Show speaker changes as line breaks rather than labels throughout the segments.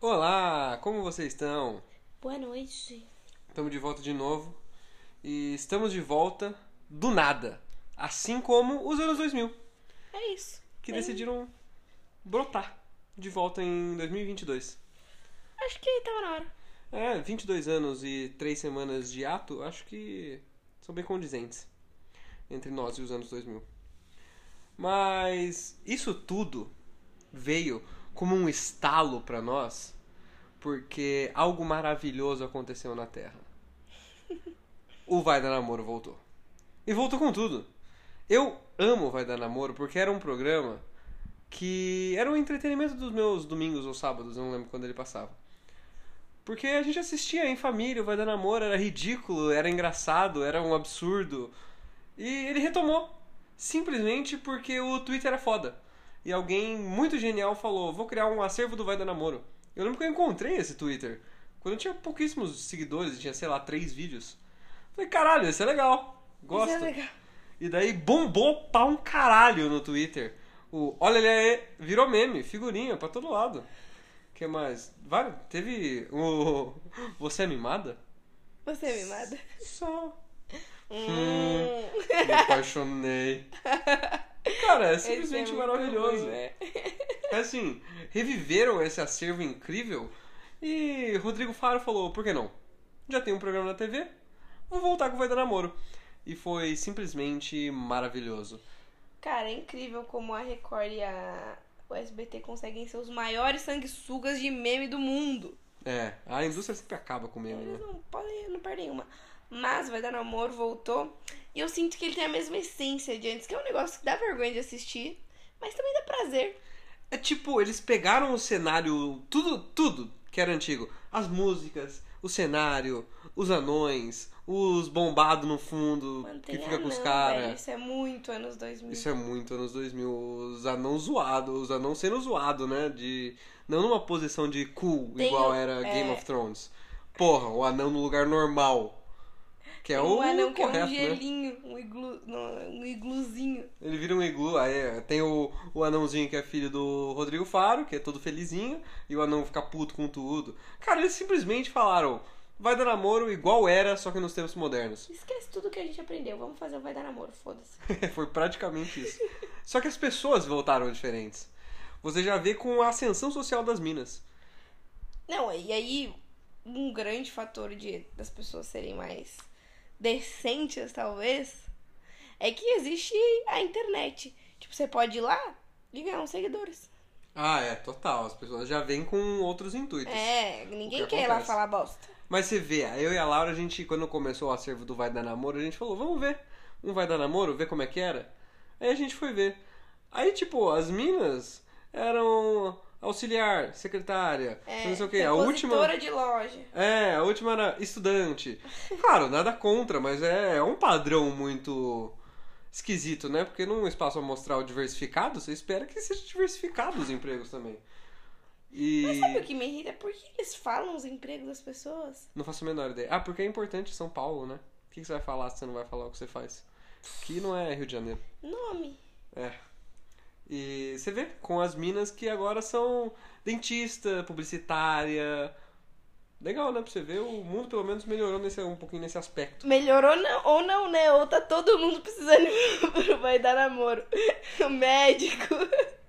Olá, como vocês estão?
Boa noite.
Estamos de volta de novo e estamos de volta do nada, assim como os anos 2000,
É isso.
que
Sim.
decidiram brotar de volta em 2022.
Acho que tava na hora.
É, 22 anos e 3 semanas de ato, acho que são bem condizentes entre nós e os anos 2000. Mas isso tudo veio como um estalo pra nós, porque algo maravilhoso aconteceu na Terra. O Vai Dar Namoro voltou. E voltou com tudo. Eu amo o Vai Dar Namoro porque era um programa que era um entretenimento dos meus domingos ou sábados, eu não lembro quando ele passava. Porque a gente assistia em família, o Vai Dar Namoro era ridículo, era engraçado, era um absurdo. E ele retomou. Simplesmente porque o Twitter era foda. E alguém muito genial falou: vou criar um acervo do Vai Dar Namoro. Eu lembro que eu encontrei esse Twitter. Quando eu tinha pouquíssimos seguidores, tinha, sei lá, três vídeos. Falei, caralho, isso é legal. Gosto.
Isso é legal.
E daí bombou pra um caralho no Twitter. O Olha ele aí, virou meme, figurinha pra todo lado. que mais? Vários. Teve o Você é mimada?
Você é mimada.
Só.
Hum.
Me apaixonei. Cara, é
Esse é
simplesmente
muito
maravilhoso.
ruim, né?
Assim, reviveram esse acervo incrível e Rodrigo Faro falou, por que não? Já tem um programa na TV, vou voltar com o Vai Dar Namoro. E foi simplesmente maravilhoso.
Cara, é incrível como a Record e a o SBT conseguem ser os maiores sanguessugas de meme do mundo.
É, a indústria sempre acaba com meme, né?
Eles não podem, não perdem uma. Mas vai dar namoro, voltou. E eu sinto que ele tem a mesma essência de antes, que é um negócio que dá vergonha de assistir, mas também dá prazer.
É tipo, eles pegaram o cenário, tudo, tudo que era antigo. As músicas, o cenário, os anões, os bombados no fundo,
Mantém
que fica com os
anão, velho,
caras.
Isso é muito anos 2000.
Isso é muito anos 2000, os anão zoados, os anão sendo zoado, né? De, não numa posição de cool,
Tem
igual
o-
era
é.
Game of Thrones. Porra, o anão no lugar normal. Que é o
um anão que é um
correto, né?
gelinho, um, iglu, não, um igluzinho.
Ele vira um iglu, aí é, tem o, o anãozinho que é filho do Rodrigo Faro, que é todo felizinho, e o anão fica puto com tudo. Cara, eles simplesmente falaram, vai dar namoro igual era, só que nos tempos modernos. É,
Esquece tudo que a gente aprendeu. Vamos fazer o Vai Dar Namoro, foda-se.
Foi praticamente isso. Só que as pessoas voltaram diferentes. Você já vê com a ascensão social das minas.
Não, e aí um grande fator de das pessoas serem mais decentes, talvez, é que existe a internet. Tipo, você pode ir lá e ganhar uns seguidores.
Ah, é, total. As pessoas já vêm com outros intuitos.
É, ninguém
O que
quer ir lá
acontece?
falar bosta.
Mas você vê, eu e a Laura, a gente, quando começou o acervo do Vai Dar Namoro, a gente falou, vamos ver. Um vai dar namoro, ver como é que era. Aí a gente foi ver. Aí, tipo, as minas eram auxiliar, secretária,
É,
não sei o que. A última.
repositora de loja.
É, a última era estudante. Claro, nada contra, mas é, é um padrão muito esquisito, né? Porque num espaço amostral diversificado, você espera que seja diversificado os empregos também. E.
Mas sabe o que me irrita? Por que eles falam os empregos das pessoas?
Não faço a menor ideia. Ah, porque é importante São Paulo, né? O que que você vai falar se você não vai falar o que você faz? Que não é Rio de Janeiro.
Nome.
É. E você vê com as minas que agora são dentista, publicitária. Legal, né? Pra você ver, o mundo pelo menos melhorou nesse, um pouquinho nesse aspecto.
Melhorou não, ou não, né? Ou tá todo mundo precisando pro Vai Dar Namoro. O médico.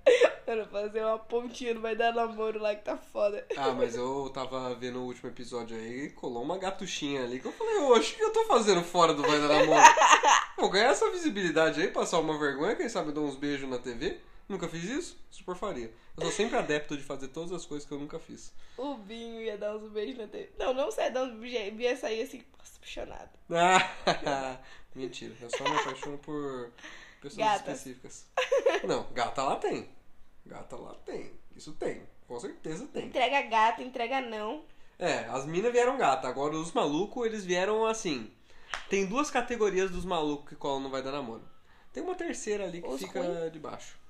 Mano, fazer uma pontinha no Vai Dar Namoro lá que tá foda.
Ah, mas eu tava vendo o último episódio aí e colou uma gatuchinha ali que eu falei, oxe, o que eu tô fazendo fora do Vai Dar Namoro? Vou ganhar essa visibilidade aí, passar uma vergonha, quem sabe eu dou uns beijos na TV. Nunca fiz isso? Super faria. Eu sou sempre adepto de fazer todas as coisas que eu nunca fiz.
O Binho ia dar uns beijos na TV. Não, não sai dar uns beijos. Ia sair assim, nossa, apaixonado.
Ah, mentira, eu só me apaixono por pessoas
Gatas.
específicas. Não, gata lá tem. Gata lá tem. Isso tem. Com certeza tem.
Entrega gato, entrega não.
É, as minas vieram gata. Agora os malucos, eles vieram assim. Tem duas categorias dos malucos que colam não vai dar namoro. Tem uma terceira ali que
Os
fica
ruim.
de baixo.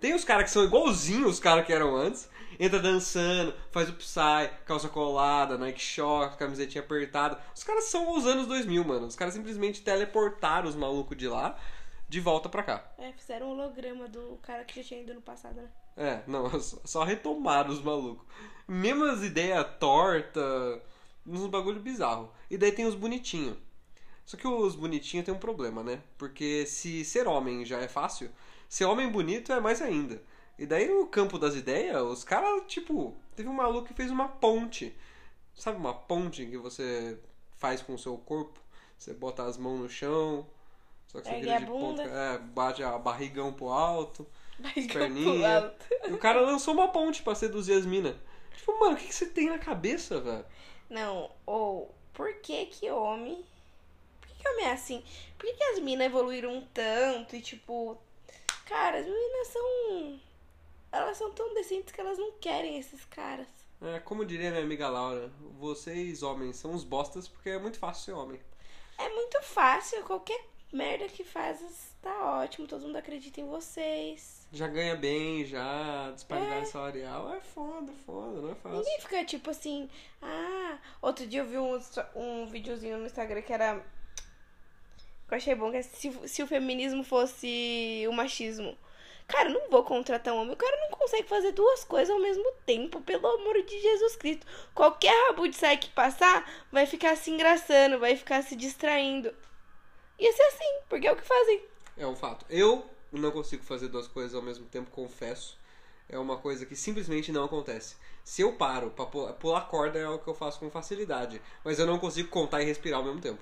Tem os caras que são igualzinhos os caras que eram antes. Entra dançando, faz o Psy, calça colada, Nike Shock, camisetinha apertada. Os caras são os anos 2000, mano. Os caras simplesmente teleportaram os malucos de lá de volta pra cá.
É, fizeram um holograma do cara que já tinha ido no passado, né?
É, não, só- só retomaram os malucos. mesmas ideias torta, uns bagulho bizarro. E daí tem os bonitinhos. Só que os bonitinhos tem um problema, né? Porque se ser homem já é fácil, ser homem bonito é mais ainda. E daí no campo das ideias, os caras, tipo, teve um maluco que fez uma ponte. Sabe uma ponte que você faz com o seu corpo? Você bota as mãos no chão, só que você
Ergue
vira
a
de ponta,
bunda.
é, bate a barrigão pro alto.
Mas
Perninha.
calculado.
E o cara lançou uma ponte pra seduzir as minas. Tipo, mano, o que, que você tem na cabeça, velho?
Não, ou por que que homem. Por que que homem é assim? Por que, que as minas evoluíram tanto e tipo. Cara, as meninas são. Elas são tão decentes que elas não querem esses caras.
É, como diria minha amiga Laura, vocês homens são uns bostas porque é muito fácil ser homem.
É muito fácil, qualquer merda que faz tá ótimo, todo mundo acredita em vocês.
Já ganha bem, já disparidade salarial. É foda, foda, não é fácil.
Ninguém fica tipo assim, ah, outro dia eu vi um, só- um videozinho no Instagram que era. que Eu achei bom que é se, se o feminismo fosse o machismo. Cara, eu não vou contratar um homem. O cara não consegue fazer duas coisas ao mesmo tempo, pelo amor de Jesus Cristo. Qualquer rabo de saia que passar vai ficar se engraçando, vai ficar se distraindo. Ia ser assim, porque é o que fazem.
É um fato. Eu não consigo fazer duas coisas ao mesmo tempo, confesso. É uma coisa que simplesmente não acontece. Se eu paro pra pu- pular corda é o que eu faço com facilidade, mas eu não consigo contar e respirar ao mesmo tempo.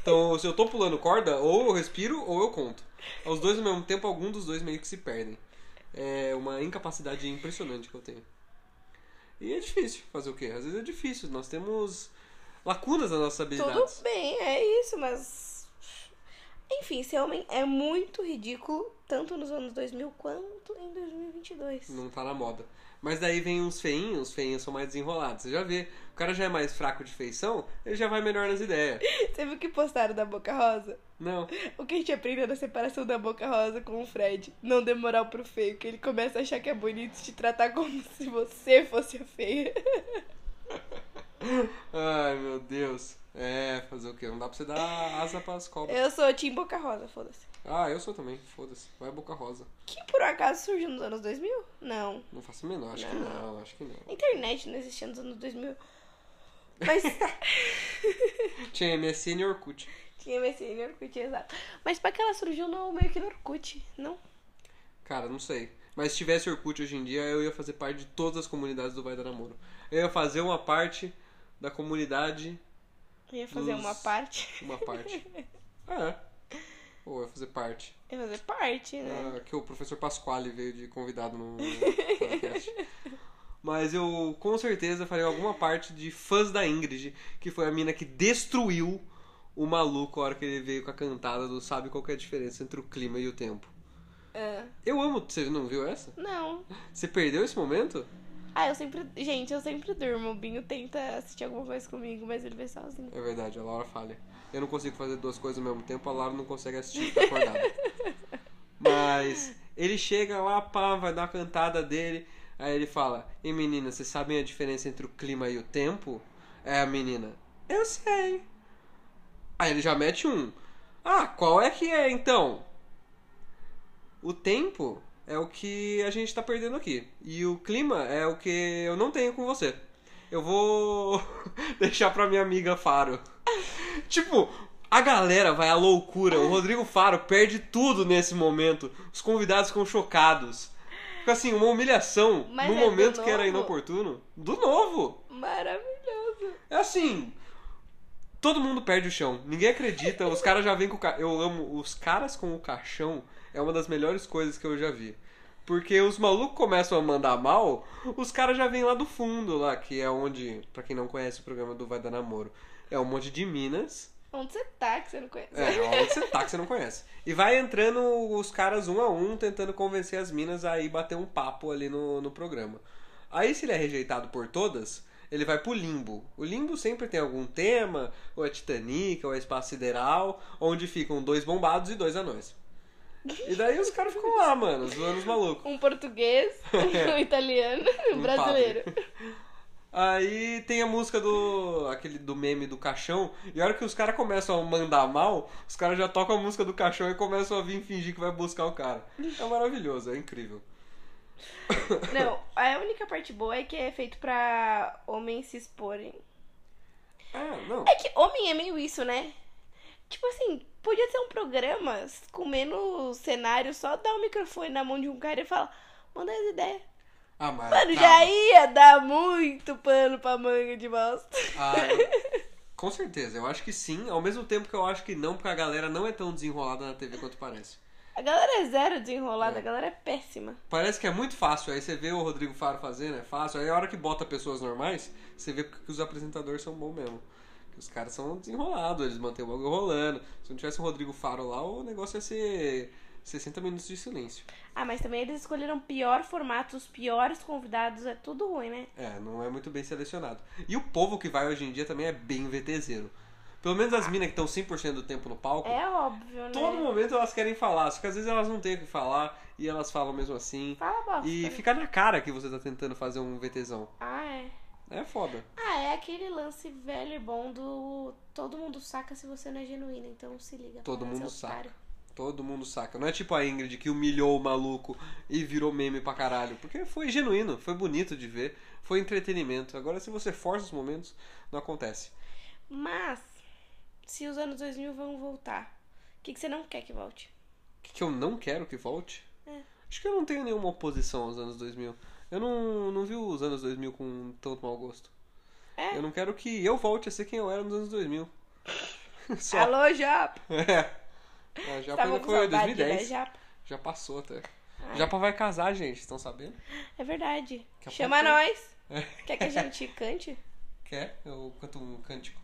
Então, se eu tô pulando corda, ou eu respiro ou eu conto. Os dois ao mesmo tempo, algum dos dois meio que se perdem. É uma incapacidade impressionante que eu tenho. E é difícil fazer o quê? Às vezes é difícil. Nós temos lacunas nas nossas habilidades.
Tudo bem, é isso, mas. Enfim, ser homem é muito ridículo, tanto nos anos 2000 quanto em 2022.
Não tá na moda. Mas daí vem uns feinhos, os feinhos são mais desenrolados. Você já vê, o cara já é mais fraco de feição, ele já vai melhor nas ideias.
Você viu que postaram da Boca Rosa?
Não.
O que a gente aprendeu da separação da Boca Rosa com o Fred? Não dê moral pro feio, que ele começa a achar que é bonito te tratar como se você fosse a feia.
Ai, meu Deus. É, fazer o quê? Não dá pra você dar asa pras cobras.
Eu sou Tim Boca Rosa, foda-se.
Ah, eu sou também. Foda-se. Vai boca rosa.
Que por acaso surgiu nos anos 2000? Não.
Não faço a menor. Acho que não, acho que não.
A internet não existia nos anos 2000. Mas tá
Tinha MSN e Orkut.
Tinha MSN e Orkut, exato. Mas pra que ela surgiu no, meio que no Orkut, não?
Cara, não sei. Mas se tivesse Orkut hoje em dia, eu ia fazer parte de todas as comunidades do Vai Dar Namoro. Eu ia fazer uma parte da comunidade
Eu ia fazer
Dos-
uma parte.
Uma parte. É. Ou vai fazer parte.
Eu ia fazer parte, né?
Ah, que o professor Pasquale veio de convidado no podcast. Mas eu com certeza farei alguma parte de fãs da Ingrid, que foi a mina que destruiu o maluco a hora que ele veio com a cantada do Sabe Qual que é a diferença entre o clima e o tempo.
Ah,
Eu amo, você não viu essa?
não.
Você perdeu esse momento?
Ah, eu sempre. Gente, eu sempre durmo. O Binho tenta assistir alguma coisa comigo, mas ele vê sozinho.
É verdade, a Laura falha. Eu não consigo fazer duas coisas ao mesmo tempo, a Laura não consegue assistir tá acordada. Mas ele chega lá, pá, vai dar a cantada dele. Aí ele fala: E menina, vocês sabem a diferença entre o clima e o tempo? É a menina: Eu sei. Aí ele já mete um: Ah, qual é que é então? O tempo é o que a gente tá perdendo aqui. E o clima é o que eu não tenho com você. Eu vou deixar pra minha amiga Faro. tipo, a galera vai à loucura. O Rodrigo Faro perde tudo nesse momento. Os convidados ficam chocados. Fica assim, uma humilhação
Mas
num
é do
momento que era
novo?
inoportuno. Do novo!
Maravilhoso.
É assim. Todo mundo perde o chão. Ninguém acredita. Os caras já vêm com o ca... Eu amo. Os caras com o caixão é uma das melhores coisas que eu já vi. Porque os malucos começam a mandar mal, os caras já vêm lá do fundo, lá, que é onde, pra quem não conhece o programa do Vai Dar Namoro, é um monte de minas.
Onde você tá que você não conhece?
É, onde você tá que você não conhece. E vai entrando os caras um a um, tentando convencer as minas a ir bater um papo ali no, no programa. Aí, se ele é rejeitado por todas, ele vai pro limbo. O limbo sempre tem algum tema, ou é Titanic, ou é Espaço Sideral, onde ficam dois bombados e dois anões. E daí os caras ficam lá, mano, zoando os malucos.
Um português, um italiano, um
Um
brasileiro.
Aí tem a música do. aquele do meme do caixão, e a hora que os caras começam a mandar mal, os caras já tocam a música do caixão e começam a vir fingir que vai buscar o cara. É maravilhoso, é incrível.
Não, a única parte boa é que é feito pra homens se exporem.
Ah, não.
É que homem é meio isso, né? Tipo assim, podia ser um programa com menos cenário, só dar um microfone na mão de um cara e falar, manda as ideias.
Ah, mas.
Mano,
tá.
já é ia dar muito pano pra manga de bosta.
Ah, eu- com certeza, eu acho que sim, ao mesmo tempo que eu acho que não, porque a galera não é tão desenrolada na TV quanto parece.
A galera é zero desenrolada,
É.
a galera é péssima.
Parece que é muito fácil, aí você vê o Rodrigo Faro fazendo, é fácil, aí a hora que bota pessoas normais, você vê que os apresentadores são bons mesmo. Que os caras são desenrolados, eles mantêm o bagulho rolando. Se não tivesse o Rodrigo Faro lá, o negócio ia ser 60 minutos de silêncio.
Ah, mas também eles escolheram o pior formato, os piores convidados, é tudo ruim, né?
É, não é muito bem selecionado. E o povo que vai hoje em dia também é bem VTZero. Pelo menos as minas que estão 100% do tempo no palco,
É óbvio, né?
todo momento elas querem falar, só que às vezes elas não têm o que falar e elas falam mesmo assim.
Fala bosta. né?
E fica na cara que você tá tentando fazer um VTzão.
Ah, é.
É foda.
Ah, é aquele lance velho e bom do todo mundo saca se você não é genuíno, então se liga.
Todo
para,
mundo
seu otário.
Todo mundo saca. Não é tipo a Ingrid que humilhou o maluco e virou meme pra caralho. Porque foi genuíno, foi bonito de ver, foi entretenimento. Agora, se você força os momentos, não acontece.
Mas, se os anos 2000 vão voltar, o que, que você não quer que volte?
O que, que eu não quero que volte?
É.
Acho que eu não tenho nenhuma oposição aos anos 2000. Eu não, não vi os anos 2000 com tanto mau gosto.
É.
Eu não quero que eu volte a ser quem eu era nos anos 2000. Só.
Alô, Japa!
É. É, já
Tá Tava
pelo
com
que foi
saudade,
2010.
né, Japa?
Já passou até. Japa vai casar, gente, estão sabendo?
É verdade.
Daqui a
Chama
pouco- É.
nós! Quer que a gente cante?
Quer? Eu canto um cântico.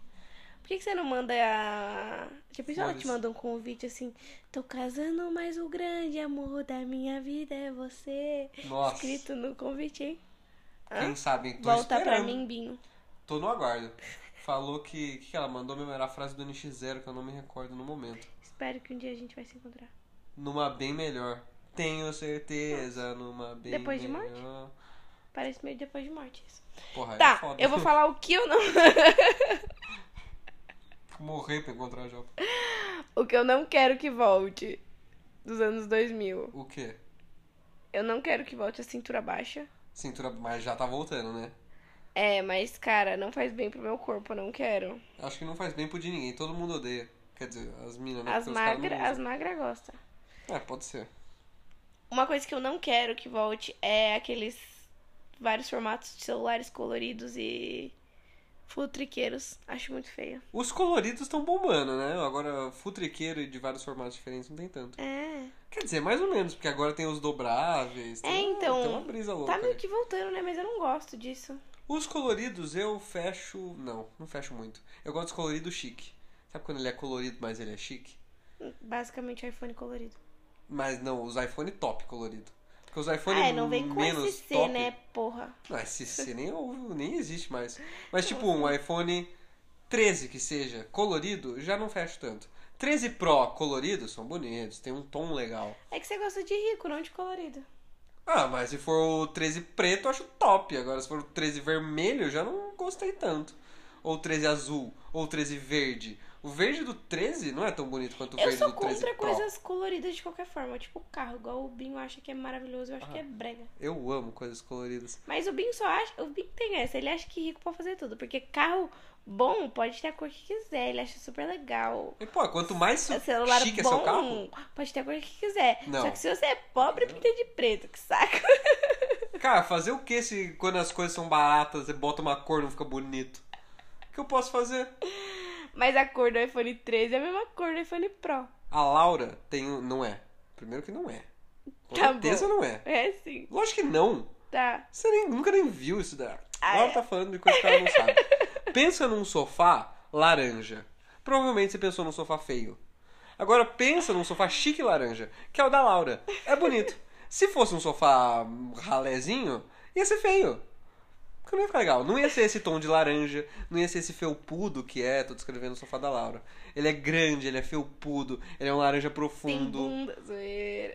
Por que, que você não manda a. Já pensou ela te
Flores.
manda um convite assim? Tô casando, mas o grande amor da minha vida é você.
Nossa.
Escrito no convite, hein?
Quem
Hã?
sabe? Tô
Volta pra
esperando.
mim, Binho.
Tô no aguardo. Falou que. O que que ela mandou memorar a frase do NX0, que eu não me recordo no momento.
Espero que um dia a gente vai se encontrar.
Numa bem melhor. Tenho certeza, numa bem
Depois de
melhor.
morte? Parece meio depois de morte isso.
Porra, aí é
Tá,
foda.
eu vou falar o que eu não.
Morrer pra encontrar a Jopa.
o que eu não quero que volte dos anos 2000.
O quê?
Eu não quero que volte a cintura baixa.
Cintura. Mas já tá voltando, né?
É, mas, cara, não faz bem pro meu corpo, eu não quero.
Acho que não faz bem pro de ninguém. Todo mundo odeia. Quer dizer, as minas, né?
As
Porque os caras não
magras, as
usam.
magras gostam.
É, pode ser.
Uma coisa que eu não quero que volte é aqueles vários formatos de celulares coloridos e futriqueiros. Acho muito feio.
Os coloridos estão bombando, né? Agora, futriqueiro e de vários formatos diferentes não tem tanto.
É.
Quer dizer, mais ou menos, porque agora tem os dobráveis.
É,
Tem, uma-
então,
Tem uma brisa louca.
Tá meio
aí.
que voltando, né? Mas eu não gosto disso.
Os coloridos eu fecho. Não, não fecho muito. Eu gosto dos coloridos chique. Sabe quando ele é colorido, mas ele é chique?
Basicamente iPhone colorido.
Mas não, os iPhone top colorido. Porque os iPhone
Ah, não vem com
menos
SC,
top.
né? Porra.
Não, SC nem, nem existe mais. Mas tipo, um iPhone 13 que seja colorido, já não fecho tanto. 13 Pro coloridos são bonitos, tem um tom legal.
É que você gosta de rico, não de colorido.
Ah, mas se for o 13 preto, eu acho top. Agora, se for o 13 vermelho, eu já não gostei tanto. Ou o 13 azul, ou o 13 verde. O verde do 13 não é tão bonito quanto o
Eu
verde
sou
do 13
contra
Pro.
coisas coloridas de qualquer forma. Tipo o carro, igual o Binho acha que é maravilhoso, eu acho
Ah.
que é brega.
Eu amo coisas coloridas.
Mas o Binho só acha. O Binho tem essa, ele acha que rico pode fazer tudo. Porque carro bom pode ter a cor que quiser, ele acha super legal.
E, pô, quanto mais
O celular
chique é
bom
seu carro...
pode ter a cor que quiser.
Não.
Só que se você é pobre, pinta de preto, que saco.
Cara, fazer o que se quando as coisas são baratas, você bota uma cor e não fica bonito? O que eu posso fazer?
Mas a cor do iPhone 13 é a mesma cor do iPhone Pro.
A Laura tem um... Não é. Primeiro que não é. Com
Tá
certeza não é.
É assim,
Lógico que não.
tá.
Você nem- nunca nem viu isso daí.
Ah,
Laura
é?
tá falando de coisa que ela não sabe. pensa num sofá laranja. Provavelmente você pensou num sofá feio. Agora pensa num sofá chique laranja, que é o da Laura. É bonito. Se fosse um sofá hum, ralézinho, ia ser feio. Porque não ia ficar legal. Não ia ser esse tom de laranja, não ia ser esse felpudo que é, tô descrevendo o sofá da Laura. Ele é grande, ele é felpudo, ele é um laranja
Tem
profundo.
bunda, zoeira.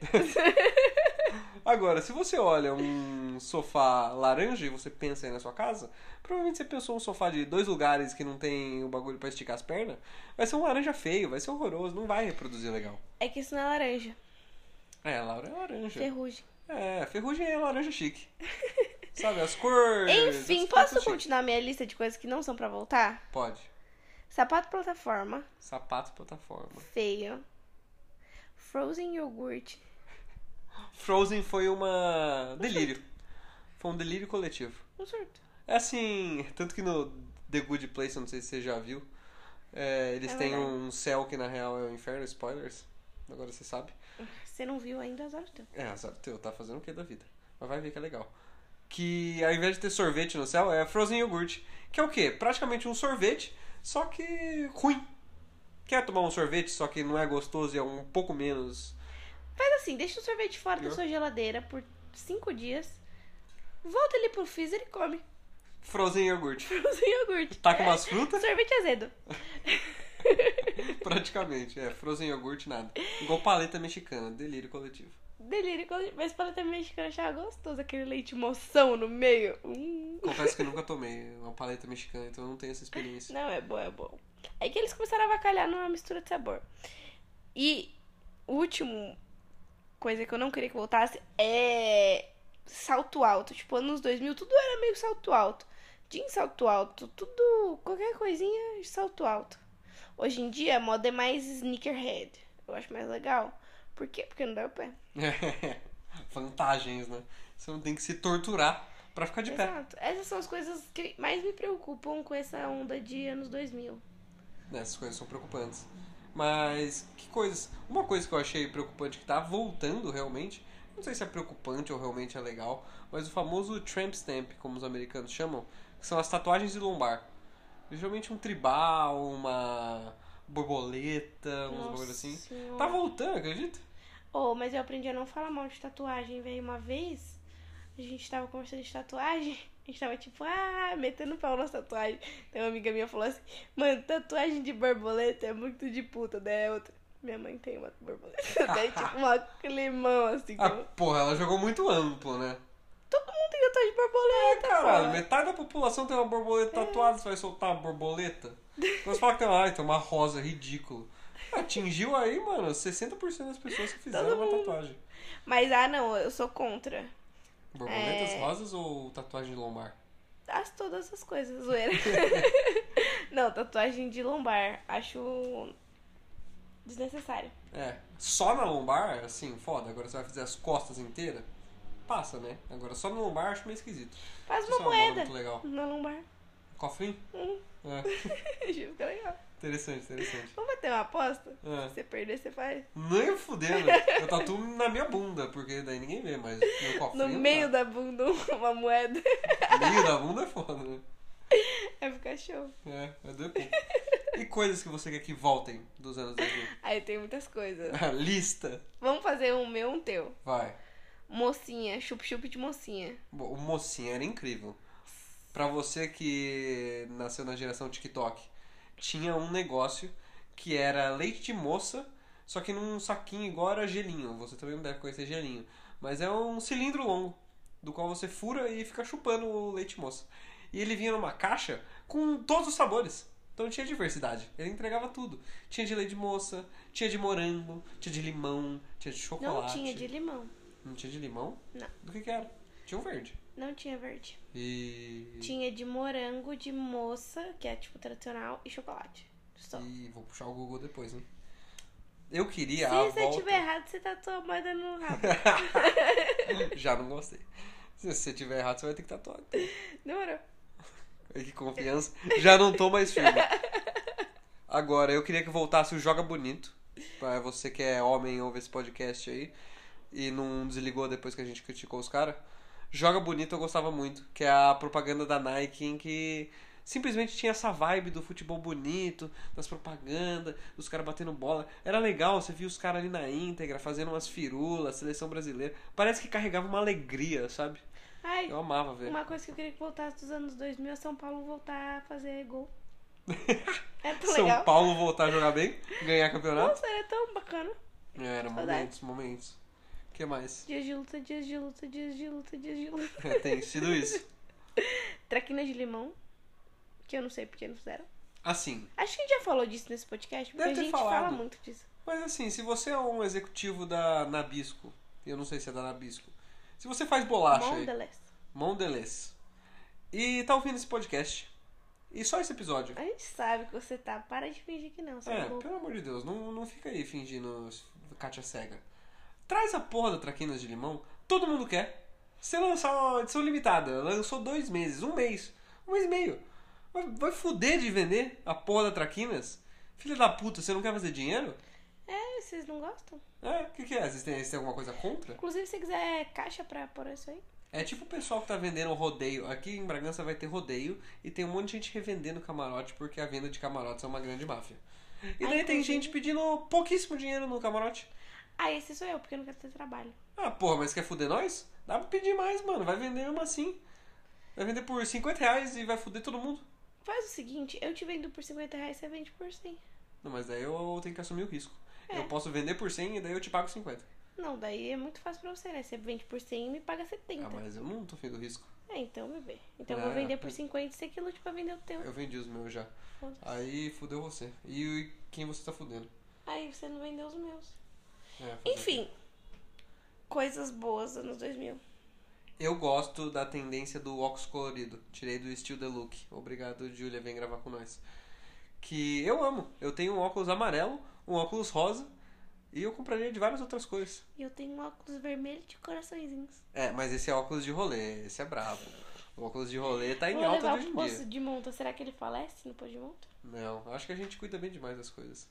Agora, se você olha um sofá laranja e você pensa aí na sua casa, provavelmente você pensou um sofá de dois lugares que não tem o bagulho pra esticar as pernas, vai ser um laranja feio, vai ser horroroso, não vai reproduzir legal.
É que isso não é laranja,
É, a Laura é laranja.
ferrugem.
É, ferrugem é laranja chique. Sabe, as cores.
Enfim,
as
posso
coisas chique.
continuar minha lista de coisas que não são pra voltar?
Pode.
Sapato plataforma,
Sapato plataforma.
feio. Frozen iogurte.
Frozen foi uma. delírio. Foi um delírio coletivo.
Um surto.
É assim, tanto que no The Good Place, eu não sei se você já viu, é, eles
É
têm
verdade.
um céu que na real é o inferno, spoilers. Agora você sabe.
Você não viu ainda as horas
É, azar teu, tá fazendo o que da vida? Mas vai ver que é legal. Que ao invés de ter sorvete no céu, é frozen iogurte. Que é o quê? Praticamente um sorvete, só que ruim. Quer tomar um sorvete, só que não é gostoso e é um pouco menos.
Mas assim, deixa o sorvete fora da
Eu?
sua geladeira por cinco dias. Volta ele pro freezer e come.
Frozen iogurte.
Frozen iogurte.
Tá com umas frutas?
Sorvete azedo.
Praticamente, é. Frozen iogurte, nada. Igual paleta mexicana, delírio coletivo.
Delírio. quando- Mas para também mexicana eu achava gostoso aquele leite moção no meio. Hum.
Confesso que eu nunca tomei uma paleta mexicana, então eu não tenho essa experiência.
Não, é bom, é bom. Aí que eles começaram a avacalhar numa mistura de sabor. E o último coisa que eu não queria que voltasse é salto alto. Tipo, anos 2000 tudo era meio salto alto. Jeans salto alto, tudo, qualquer coisinha salto alto. Hoje em dia a moda é mais sneakerhead. Eu acho mais legal. Por quê? Porque não dá o pé.
Vantagens, né? Você não tem que se torturar pra ficar de pé.
Exato. Essas são as coisas que mais me preocupam com essa onda de anos 2000.
né? Essas coisas são preocupantes. Mas que coisas. Uma coisa que eu achei preocupante que tá voltando realmente. Não sei se é preocupante ou realmente é legal, mas o famoso tramp stamp, como os americanos chamam, que são as tatuagens de lombar. Geralmente um tribal, uma borboleta, uns bagulho assim.
Senhora.
Tá voltando, acredita?
Oh, mas eu aprendi a não falar mal de tatuagem, velho. Uma vez a gente tava conversando de tatuagem, a gente tava tipo, ah, metendo pau nas tatuagens. Então uma amiga minha falou assim, mano, tatuagem de borboleta é muito de puta, né? Outra, minha mãe tem uma borboleta. Daí tipo uma climão assim.
Ah,
como,
porra, ela jogou muito amplo, né?
Todo mundo tem tatuagem de borboleta,
Cara,
pô."
metade da população tem uma borboleta
É.
tatuada, você vai soltar uma borboleta? Então você fala que tem uma, "Ai, tem uma rosa, ridículo. Atingiu aí, mano, 60% das pessoas que fizeram
Todo
uma
mundo.
tatuagem.
Mas ah, não, eu sou contra.
Borboletas,
É.
rosas ou tatuagem de lombar?
As todas as coisas, zoeira. não, tatuagem de lombar. Acho desnecessário.
É, só na lombar, assim, foda. Agora você vai fazer as costas inteiras, passa, né? Agora só na lombar eu acho meio esquisito.
Faz
Isso
uma
é uma moda
moeda Hum.
muito legal.
na lombar.
Cofrinho? É,
Juro, Fica legal.
interessante, interessante.
Vamos bater uma aposta?
É.
Se você perder, você faz.
Nem fudendo. Eu tatuo na minha bunda, porque daí ninguém vê, mas meu
No
cofrinho.
meio
tá.
da bunda, uma moeda.
meio da bunda é foda, né?
Vai ficar show.
É, é depois. E coisas que você quer que voltem dos anos 2000?
Aí tem muitas coisas.
A Ah, lista.
Vamos fazer um meu, um teu.
Vai.
Mocinha, chup-chup de mocinha.
Bom, O mocinho era incrível. Pra você que nasceu na geração TikTok, tinha um negócio que era leite de moça, só que num saquinho igual era gelinho. Você também não deve conhecer gelinho. Mas é um cilindro longo, do qual você fura e fica chupando o leite moça. E ele vinha numa caixa com todos os sabores. Então tinha diversidade. Ele entregava tudo. Tinha de leite de moça, tinha de morango, tinha de limão, tinha de
Não
chocolate.
tinha de limão.
Não tinha de limão?
Não.
Do que que era? Tinha um verde.
Não tinha verde.
E.
Tinha de morango, de moça, que é tipo tradicional, e chocolate. Só.
E vou puxar o Google depois, hein? Eu queria a
Se você
volta.
tiver errado, você tatuou a moeda no rabo.
Já não gostei. Se você tiver errado, você vai ter que tatuar.
Demorou.
Ai, Que confiança. Já não tô mais firme. Agora, eu queria que voltasse o Joga Bonito. Pra você que é homem ouve esse podcast aí. E não desligou depois que a gente criticou os caras. Joga Bonito eu gostava muito. Que é a propaganda da Nike em que simplesmente tinha essa vibe do futebol bonito, das propagandas, dos caras batendo bola. Era legal, você via os caras ali na íntegra, fazendo umas firulas, seleção brasileira. Parece que carregava uma alegria, sabe?
Ai,
Eu amava ver.
uma coisa que eu queria que voltasse dos anos 2000 é São Paulo voltar a fazer gol. É tão
São
legal.
Paulo voltar a jogar bem, ganhar campeonato.
Nossa, era tão bacana.
É, Era
Uh,
momentos,
Saudades.
momentos. O que mais?
Dias de luta, dias de luta, dias de luta, dias de luta.
É, Tem sido isso.
Traquinas de limão. Que eu não sei porque não fizeram.
Assim,
Acho que a gente já falou disso nesse podcast, porque
Deve ter
a gente
falado.
fala muito disso.
mas assim, se você é um executivo da Nabisco, eu não sei se é da Nabisco, Se você faz bolacha aí,
Mondelez.
Mondelez, e tá ouvindo esse podcast, e só esse episódio,
A gente sabe que você tá. Para de fingir que não, seu
é,
louco.
pelo amor de Deus, não, não fica aí fingindo Kátia cega. Traz a porra da Traquinas de Limão, todo mundo quer. Você lançou uma edição limitada, lançou dois meses, um mês, um mês e meio. Vai, vai fuder de vender a porra da Traquinas? Filha da puta, você não quer fazer dinheiro?
É, vocês não gostam?
É, o que, que é? Vocês têm, vocês têm alguma coisa contra?
Inclusive, se você quiser caixa pra pôr isso aí.
É tipo o pessoal que tá vendendo rodeio. Aqui em Bragança vai ter rodeio e tem um monte de gente revendendo camarote porque a venda de camarotes é uma grande máfia. E
Ai,
daí tem
inclusive-
gente pedindo pouquíssimo dinheiro no camarote.
Ah, esse sou eu, porque eu não quero ter trabalho.
Ah, porra, mas quer fuder nós? Dá pra pedir mais, mano. Vai vender mesmo assim. Vai vender por 50 reais e vai fuder todo mundo.
Faz o seguinte, eu te vendo por 50 reais, você vende por 100.
Não, mas daí eu tenho que assumir o risco.
É.
Eu posso vender por 100 e daí eu te pago Ah, 50.
Não, daí é muito fácil pra você, né? Você vende por 100 e me paga 70.
Ah, mas eu não tô afim do risco.
É, então, bebê. Então eu vou
Ah,
vender por
mas-
50 e você que lute pra vender o teu.
Eu vendi os meus já.
Foda-se.
Aí fudeu você. E quem você tá fudendo?
Aí você não vendeu os meus.
É, fazer o quê?
Enfim. Coisas boas dos anos 2000.
Eu gosto da tendência do óculos colorido. Tirei do Steel the Look. Obrigado, Julia. Vem gravar com nós. Que eu amo. Eu tenho um óculos amarelo, um óculos rosa e eu compraria de várias outras cores.
E eu tenho um óculos vermelho de coraçõezinhos.
É, mas esse é óculos de rolê, esse é brabo. O óculos de rolê tá em
vou
alta
levar
hoje
pro
em
posto
dia.
de monta. Será que ele falece no posto de monta?
Não, acho que a gente cuida bem demais das coisas.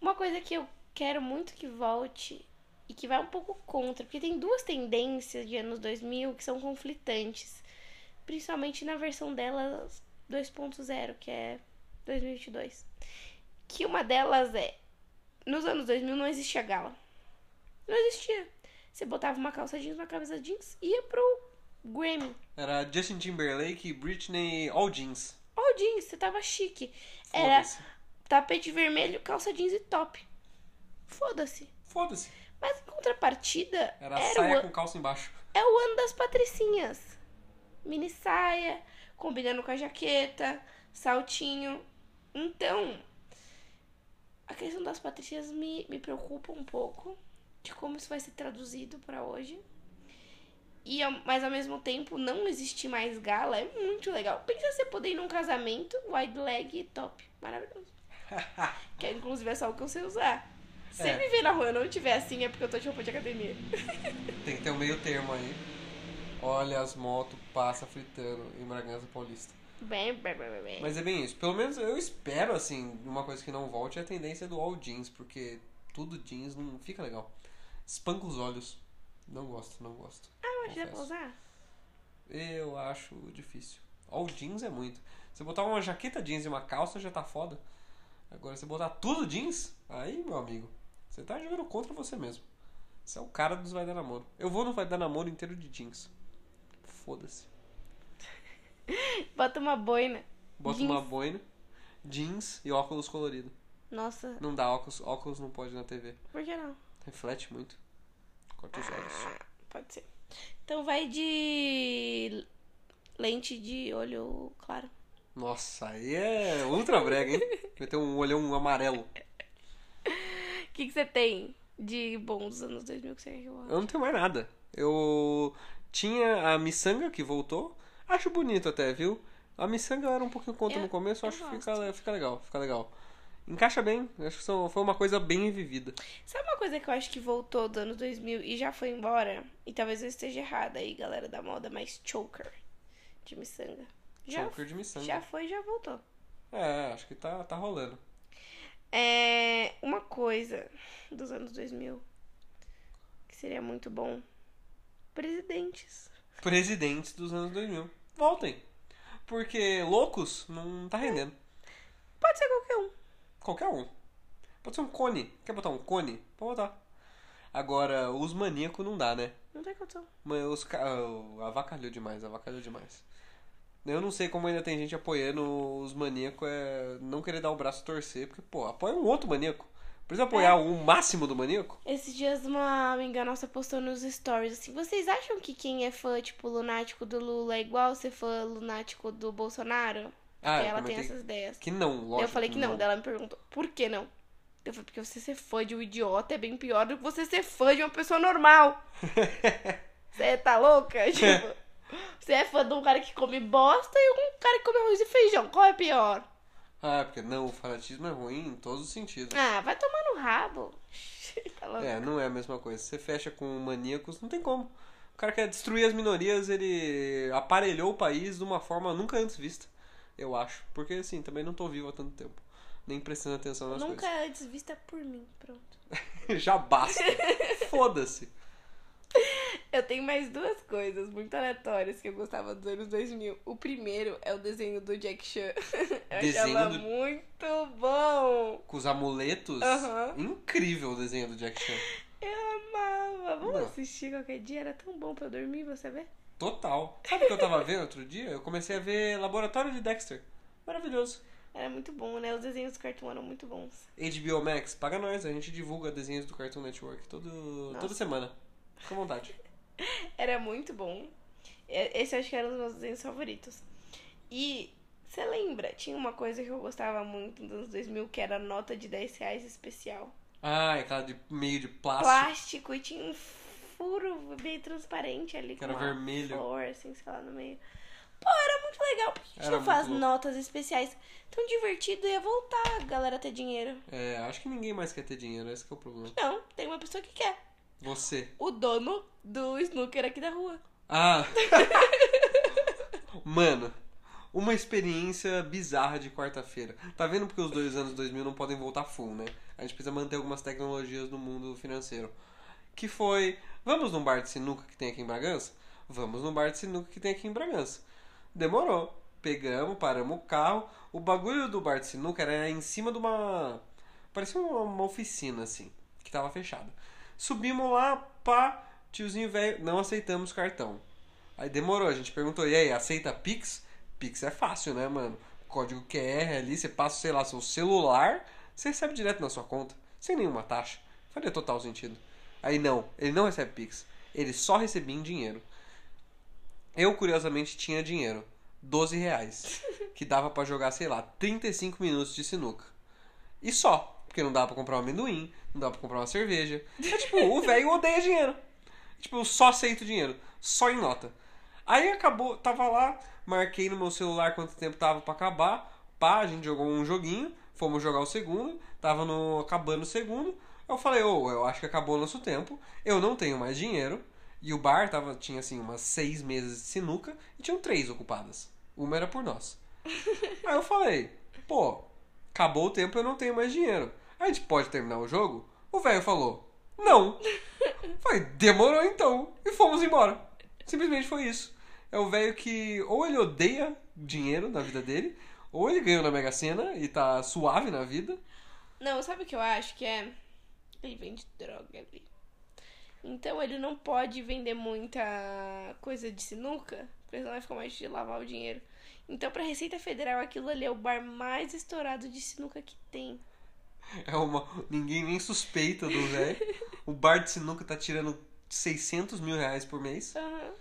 Uma coisa que eu quero muito que volte e que vai um pouco contra, porque tem duas tendências de anos 2000 que são conflitantes, principalmente na versão delas 2.0, que é 2022. Que uma delas é: nos anos 2000 não existia gala. Não existia. Você botava uma calça jeans, uma camisa jeans e ia pro Grammy.
Era Justin Timberlake e Britney All Jeans.
Ou jeans, você tava chique. Era
Foda-se.
tapete vermelho, calça jeans e top. Foda-se.
Foda-se.
Mas em contrapartida,
Era,
era,
saia
o,
com calça embaixo.
é o ano das patricinhas. Mini saia, combinando com a jaqueta, saltinho. Então, a questão das patricinhas me, me preocupa um pouco de como isso vai ser traduzido pra hoje. E, ao- mas ao mesmo tempo, não existir mais gala é muito legal. Pensa você poder ir num casamento, wide leg e top. Maravilhoso. que inclusive é só o que eu sei usar. Se
É.
você me ver na rua e eu não tiver assim, é porque eu tô de roupa de academia.
Tem que ter um meio termo aí. Olha as motos passa fritando em Bragança Paulista.
Bem, bem, bem, bem, bem.
Mas é bem isso. Pelo menos eu espero, assim, uma coisa que não volte é a tendência do all jeans, porque tudo jeans não fica legal. Espanca os olhos. Não gosto, não gosto.
Ah, Eu acho que dá pra
confesso.
usar?
Eu acho difícil. All jeans é muito. Você botar uma jaqueta jeans e uma calça já tá foda. Agora você botar tudo jeans, aí, meu amigo, você tá jogando contra você mesmo. Você é o cara dos vai dar namoro. Eu vou no vai dar namoro inteiro de jeans. Foda-se.
Bota uma né? boina.
Bota
Jeans.
uma boina, jeans e óculos colorido.
Nossa,
Não dá óculos, óculos não pode na TV.
por que não?
Reflete muito. Corta os olhos.
Pode ser. Então vai de lente de olho claro.
Nossa, aí é ultra brega, hein? Vai ter um olhão amarelo.
O que, que você tem de bom dos anos 2000 que você quer que eu
Eu não tenho mais nada. Eu tinha a miçanga que voltou. Acho bonito até, viu? A miçanga era um pouquinho contra
Eu-
no começo,
eu
acho que
gosto.
fica, fica legal, fica legal. Encaixa bem, acho que são- foi uma coisa bem vivida.
Sabe uma coisa que eu acho que voltou dos anos 2000 e já foi embora? E talvez eu esteja errada aí, galera da moda, mas choker de miçanga. Já,
Choker um de miçanga.
já foi, já voltou.
É, acho que tá, tá rolando.
É uma coisa dos anos 2000 que seria muito bom. Presidentes.
Presidentes dos anos 2000. Voltem. Porque loucos não tá rendendo.
Pode ser qualquer um.
Qualquer um. Pode ser um cone. Quer botar um cone? Pode botar. Agora, os maníacos não dá, né?
Não tem condição.
Mas os ca... ah, avacalhou demais, avacalhou demais. Eu não sei como ainda tem gente apoiando os maníacos é não querer dar o braço a torcer, porque, pô, apoia um outro maníaco. Precisa apoiar
É.
o máximo do maníaco?
Esses dias uma amiga nossa postou nos stories assim: vocês acham que quem é fã, tipo, lunático do Lula é igual ser fã lunático do Bolsonaro?
Ah,
Porque
eu
ela tem
comentei
essas ideias.
que não, lógico.
eu falei que não, daí ela me perguntou, por que não? Eu falei, porque você ser fã de um idiota é bem pior do que você ser fã de uma pessoa normal. Você tá louca? Tipo, você é fã de um cara que come bosta e um cara que come arroz e feijão. Qual é pior?
Ah, porque não, o fanatismo é ruim em todos os sentidos.
Ah, vai tomar no rabo. Tá louco?
É, não é a mesma coisa. Você fecha com maníacos, não tem como. O cara quer destruir as minorias, ele aparelhou o país de uma forma nunca antes vista, eu acho. Porque assim, também não tô vivo há tanto tempo. Nem prestando atenção nas
Nunca antes vista por mim. Pronto.
coisas. Já basta. Foda-se.
Eu tenho mais duas coisas muito aleatórias que eu gostava dos anos 2000. O primeiro é o desenho do Jack Chan. Eu
Desenho
achava
do-
muito bom.
Com os amuletos.
Aham.
Incrível o desenho do Jack Chan.
Eu amava. Vamos
Não.
assistir qualquer dia. Era tão bom pra eu dormir, você vê?
Total. Sabe o que eu tava vendo outro dia? Eu comecei a ver Laboratório de Dexter. Maravilhoso.
Era muito bom, né? Os desenhos do cartoon eram muito bons.
HBO Max, paga nós, a gente divulga desenhos do Cartoon Network todo,
Nossa.
toda semana. Fica à vontade.
Era muito bom. É, Esse eu acho que era um dos meus desenhos favoritos. E você lembra? Tinha uma coisa que eu gostava muito nos anos 2000 que era nota de 10 reais especial.
Ah, aquela de meio de plástico.
Plástico e tinha um furo bem transparente ali.
Que
com
era
uma
vermelho.
Flor, assim, sei lá, no meio. Pô, era muito legal. Por que a gente
Era
não
muito
faz
louco.
notas especiais? Tão divertido ia voltar a galera ter dinheiro.
É, acho que ninguém mais quer ter dinheiro, esse que é o problema.
Não, tem uma pessoa que quer.
Você.
O dono do snooker aqui da rua.
Ah! Mano, uma experiência bizarra de quarta-feira. Tá vendo porque os dois anos 2000 não podem voltar full, né? A gente precisa manter algumas tecnologias no mundo financeiro. Que foi, vamos num bar de sinuca que tem aqui em Bragança? Vamos num bar de sinuca que tem aqui em Bragança. Demorou. Pegamos, paramos o carro. O bagulho do bar de sinuca era em cima de uma... Parecia uma, uma oficina, assim, que tava fechada. Subimos lá, pá, tiozinho velho, não aceitamos cartão. Aí demorou, a gente perguntou, e aí, aceita Pix? Pix é fácil, né, mano? Código QR ali, você passa, sei lá, seu celular, você recebe direto na sua conta, sem nenhuma taxa. Faria total sentido. Aí não, ele não recebe Pix, ele só recebia em dinheiro. Eu, curiosamente, tinha dinheiro, 12 reais, que dava pra jogar, sei lá, 35 minutos de sinuca. E só, porque não dava pra comprar um amendoim, não dava pra comprar uma cerveja. É tipo, o velho odeia dinheiro. Tipo, eu só aceito dinheiro. Só em nota. Aí acabou, tava lá, marquei no meu celular quanto tempo tava pra acabar. Pá, a gente jogou um joguinho, fomos jogar o segundo, tava no, acabando o segundo. Eu falei, ô, eu acho que acabou o nosso tempo, eu não tenho mais dinheiro. E o bar tava, tinha assim, umas seis mesas de sinuca e tinham três ocupadas. Uma era por nós. Aí eu falei, pô, acabou o tempo, eu não tenho mais dinheiro. A gente pode terminar o jogo? O velho falou, não. Eu Falei, demorou então. E fomos embora. Simplesmente foi isso. É o velho que ou ele odeia dinheiro na vida dele, ou ele ganhou na Mega Sena e tá suave na vida.
Não, sabe o que eu acho que é? Ele vende droga ali. Então ele não pode vender muita coisa de sinuca, porque senão vai ficar mais de lavar o dinheiro. Então pra Receita Federal aquilo ali é o bar mais estourado de sinuca que tem.
É uma. Ninguém nem suspeita do velho. O bar de sinuca tá tirando 600 mil reais por mês
Aham,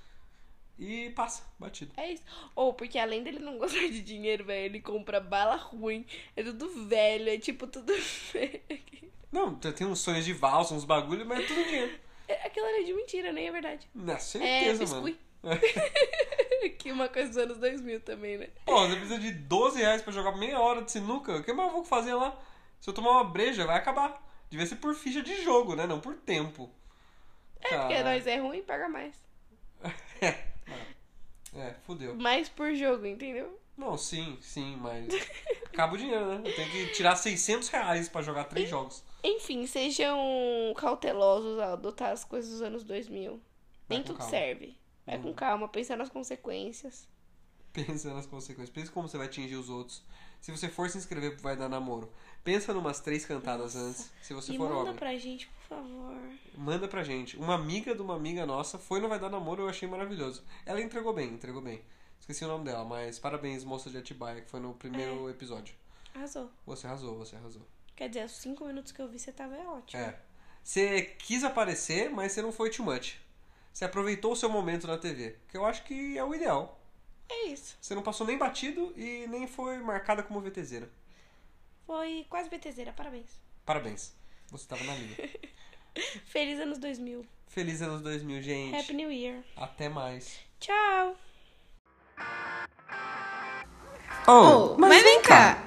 e passa, batido.
é isso. Ou porque além dele não gostar de dinheiro, velho, ele compra bala ruim. É tudo velho, é tipo tudo velho.
Não, tem tem uns sonhos de valsa, uns bagulho, mas é tudo dinheiro.
É- Aquilo era de mentira, nem é verdade.
Na
É,
certeza, mano.
biscuit. que uma coisa dos anos 2000 também, né?
Pô, você precisa de 12 reais pra jogar meia hora de sinuca. O que mais eu vou fazer lá? Se eu tomar uma breja, vai acabar. Devia ser por ficha de jogo, né? Não por tempo.
É, porque
Caralho.
nós é ruim, paga mais.
É, fudeu.
Mais por jogo, entendeu?
Não, sim, sim, mas... Acaba o dinheiro, né? Eu tenho que tirar 600 reais pra jogar três jogos.
Enfim, sejam cautelosos ao adotar as coisas dos anos 2000.
Vai
Nem
com
tudo
calma. Hum.
serve. Vai com calma, pensa nas consequências.
Pensa nas consequências. Pensa como você vai atingir os outros. Se você for se inscrever, vai dar namoro. Pensa numas três cantadas antes, se você
e
for
manda
homem.
pra gente, por favor.
Manda pra gente. Uma amiga de uma amiga nossa foi no Vai Dar Namoro, eu achei maravilhoso. Ela entregou bem, entregou bem. Esqueci o nome dela, mas parabéns, moça de Atibaia, que foi no
É.
primeiro episódio.
Arrasou.
Você arrasou, você arrasou.
Quer dizer, os cinco minutos que eu vi, você tava é ótimo.
É. Você quis aparecer, mas você não foi too much. Você aproveitou o seu momento na TV, que eu acho que é o ideal.
É isso.
Você não passou nem batido e nem foi marcada como VTZera.
Foi quase BTzeira, parabéns.
Parabéns. Você tava na linha.
Feliz anos 2000.
Feliz anos 2000, gente.
Happy New Year.
Até mais.
Tchau.
Oh,
Oh, mas vem cá.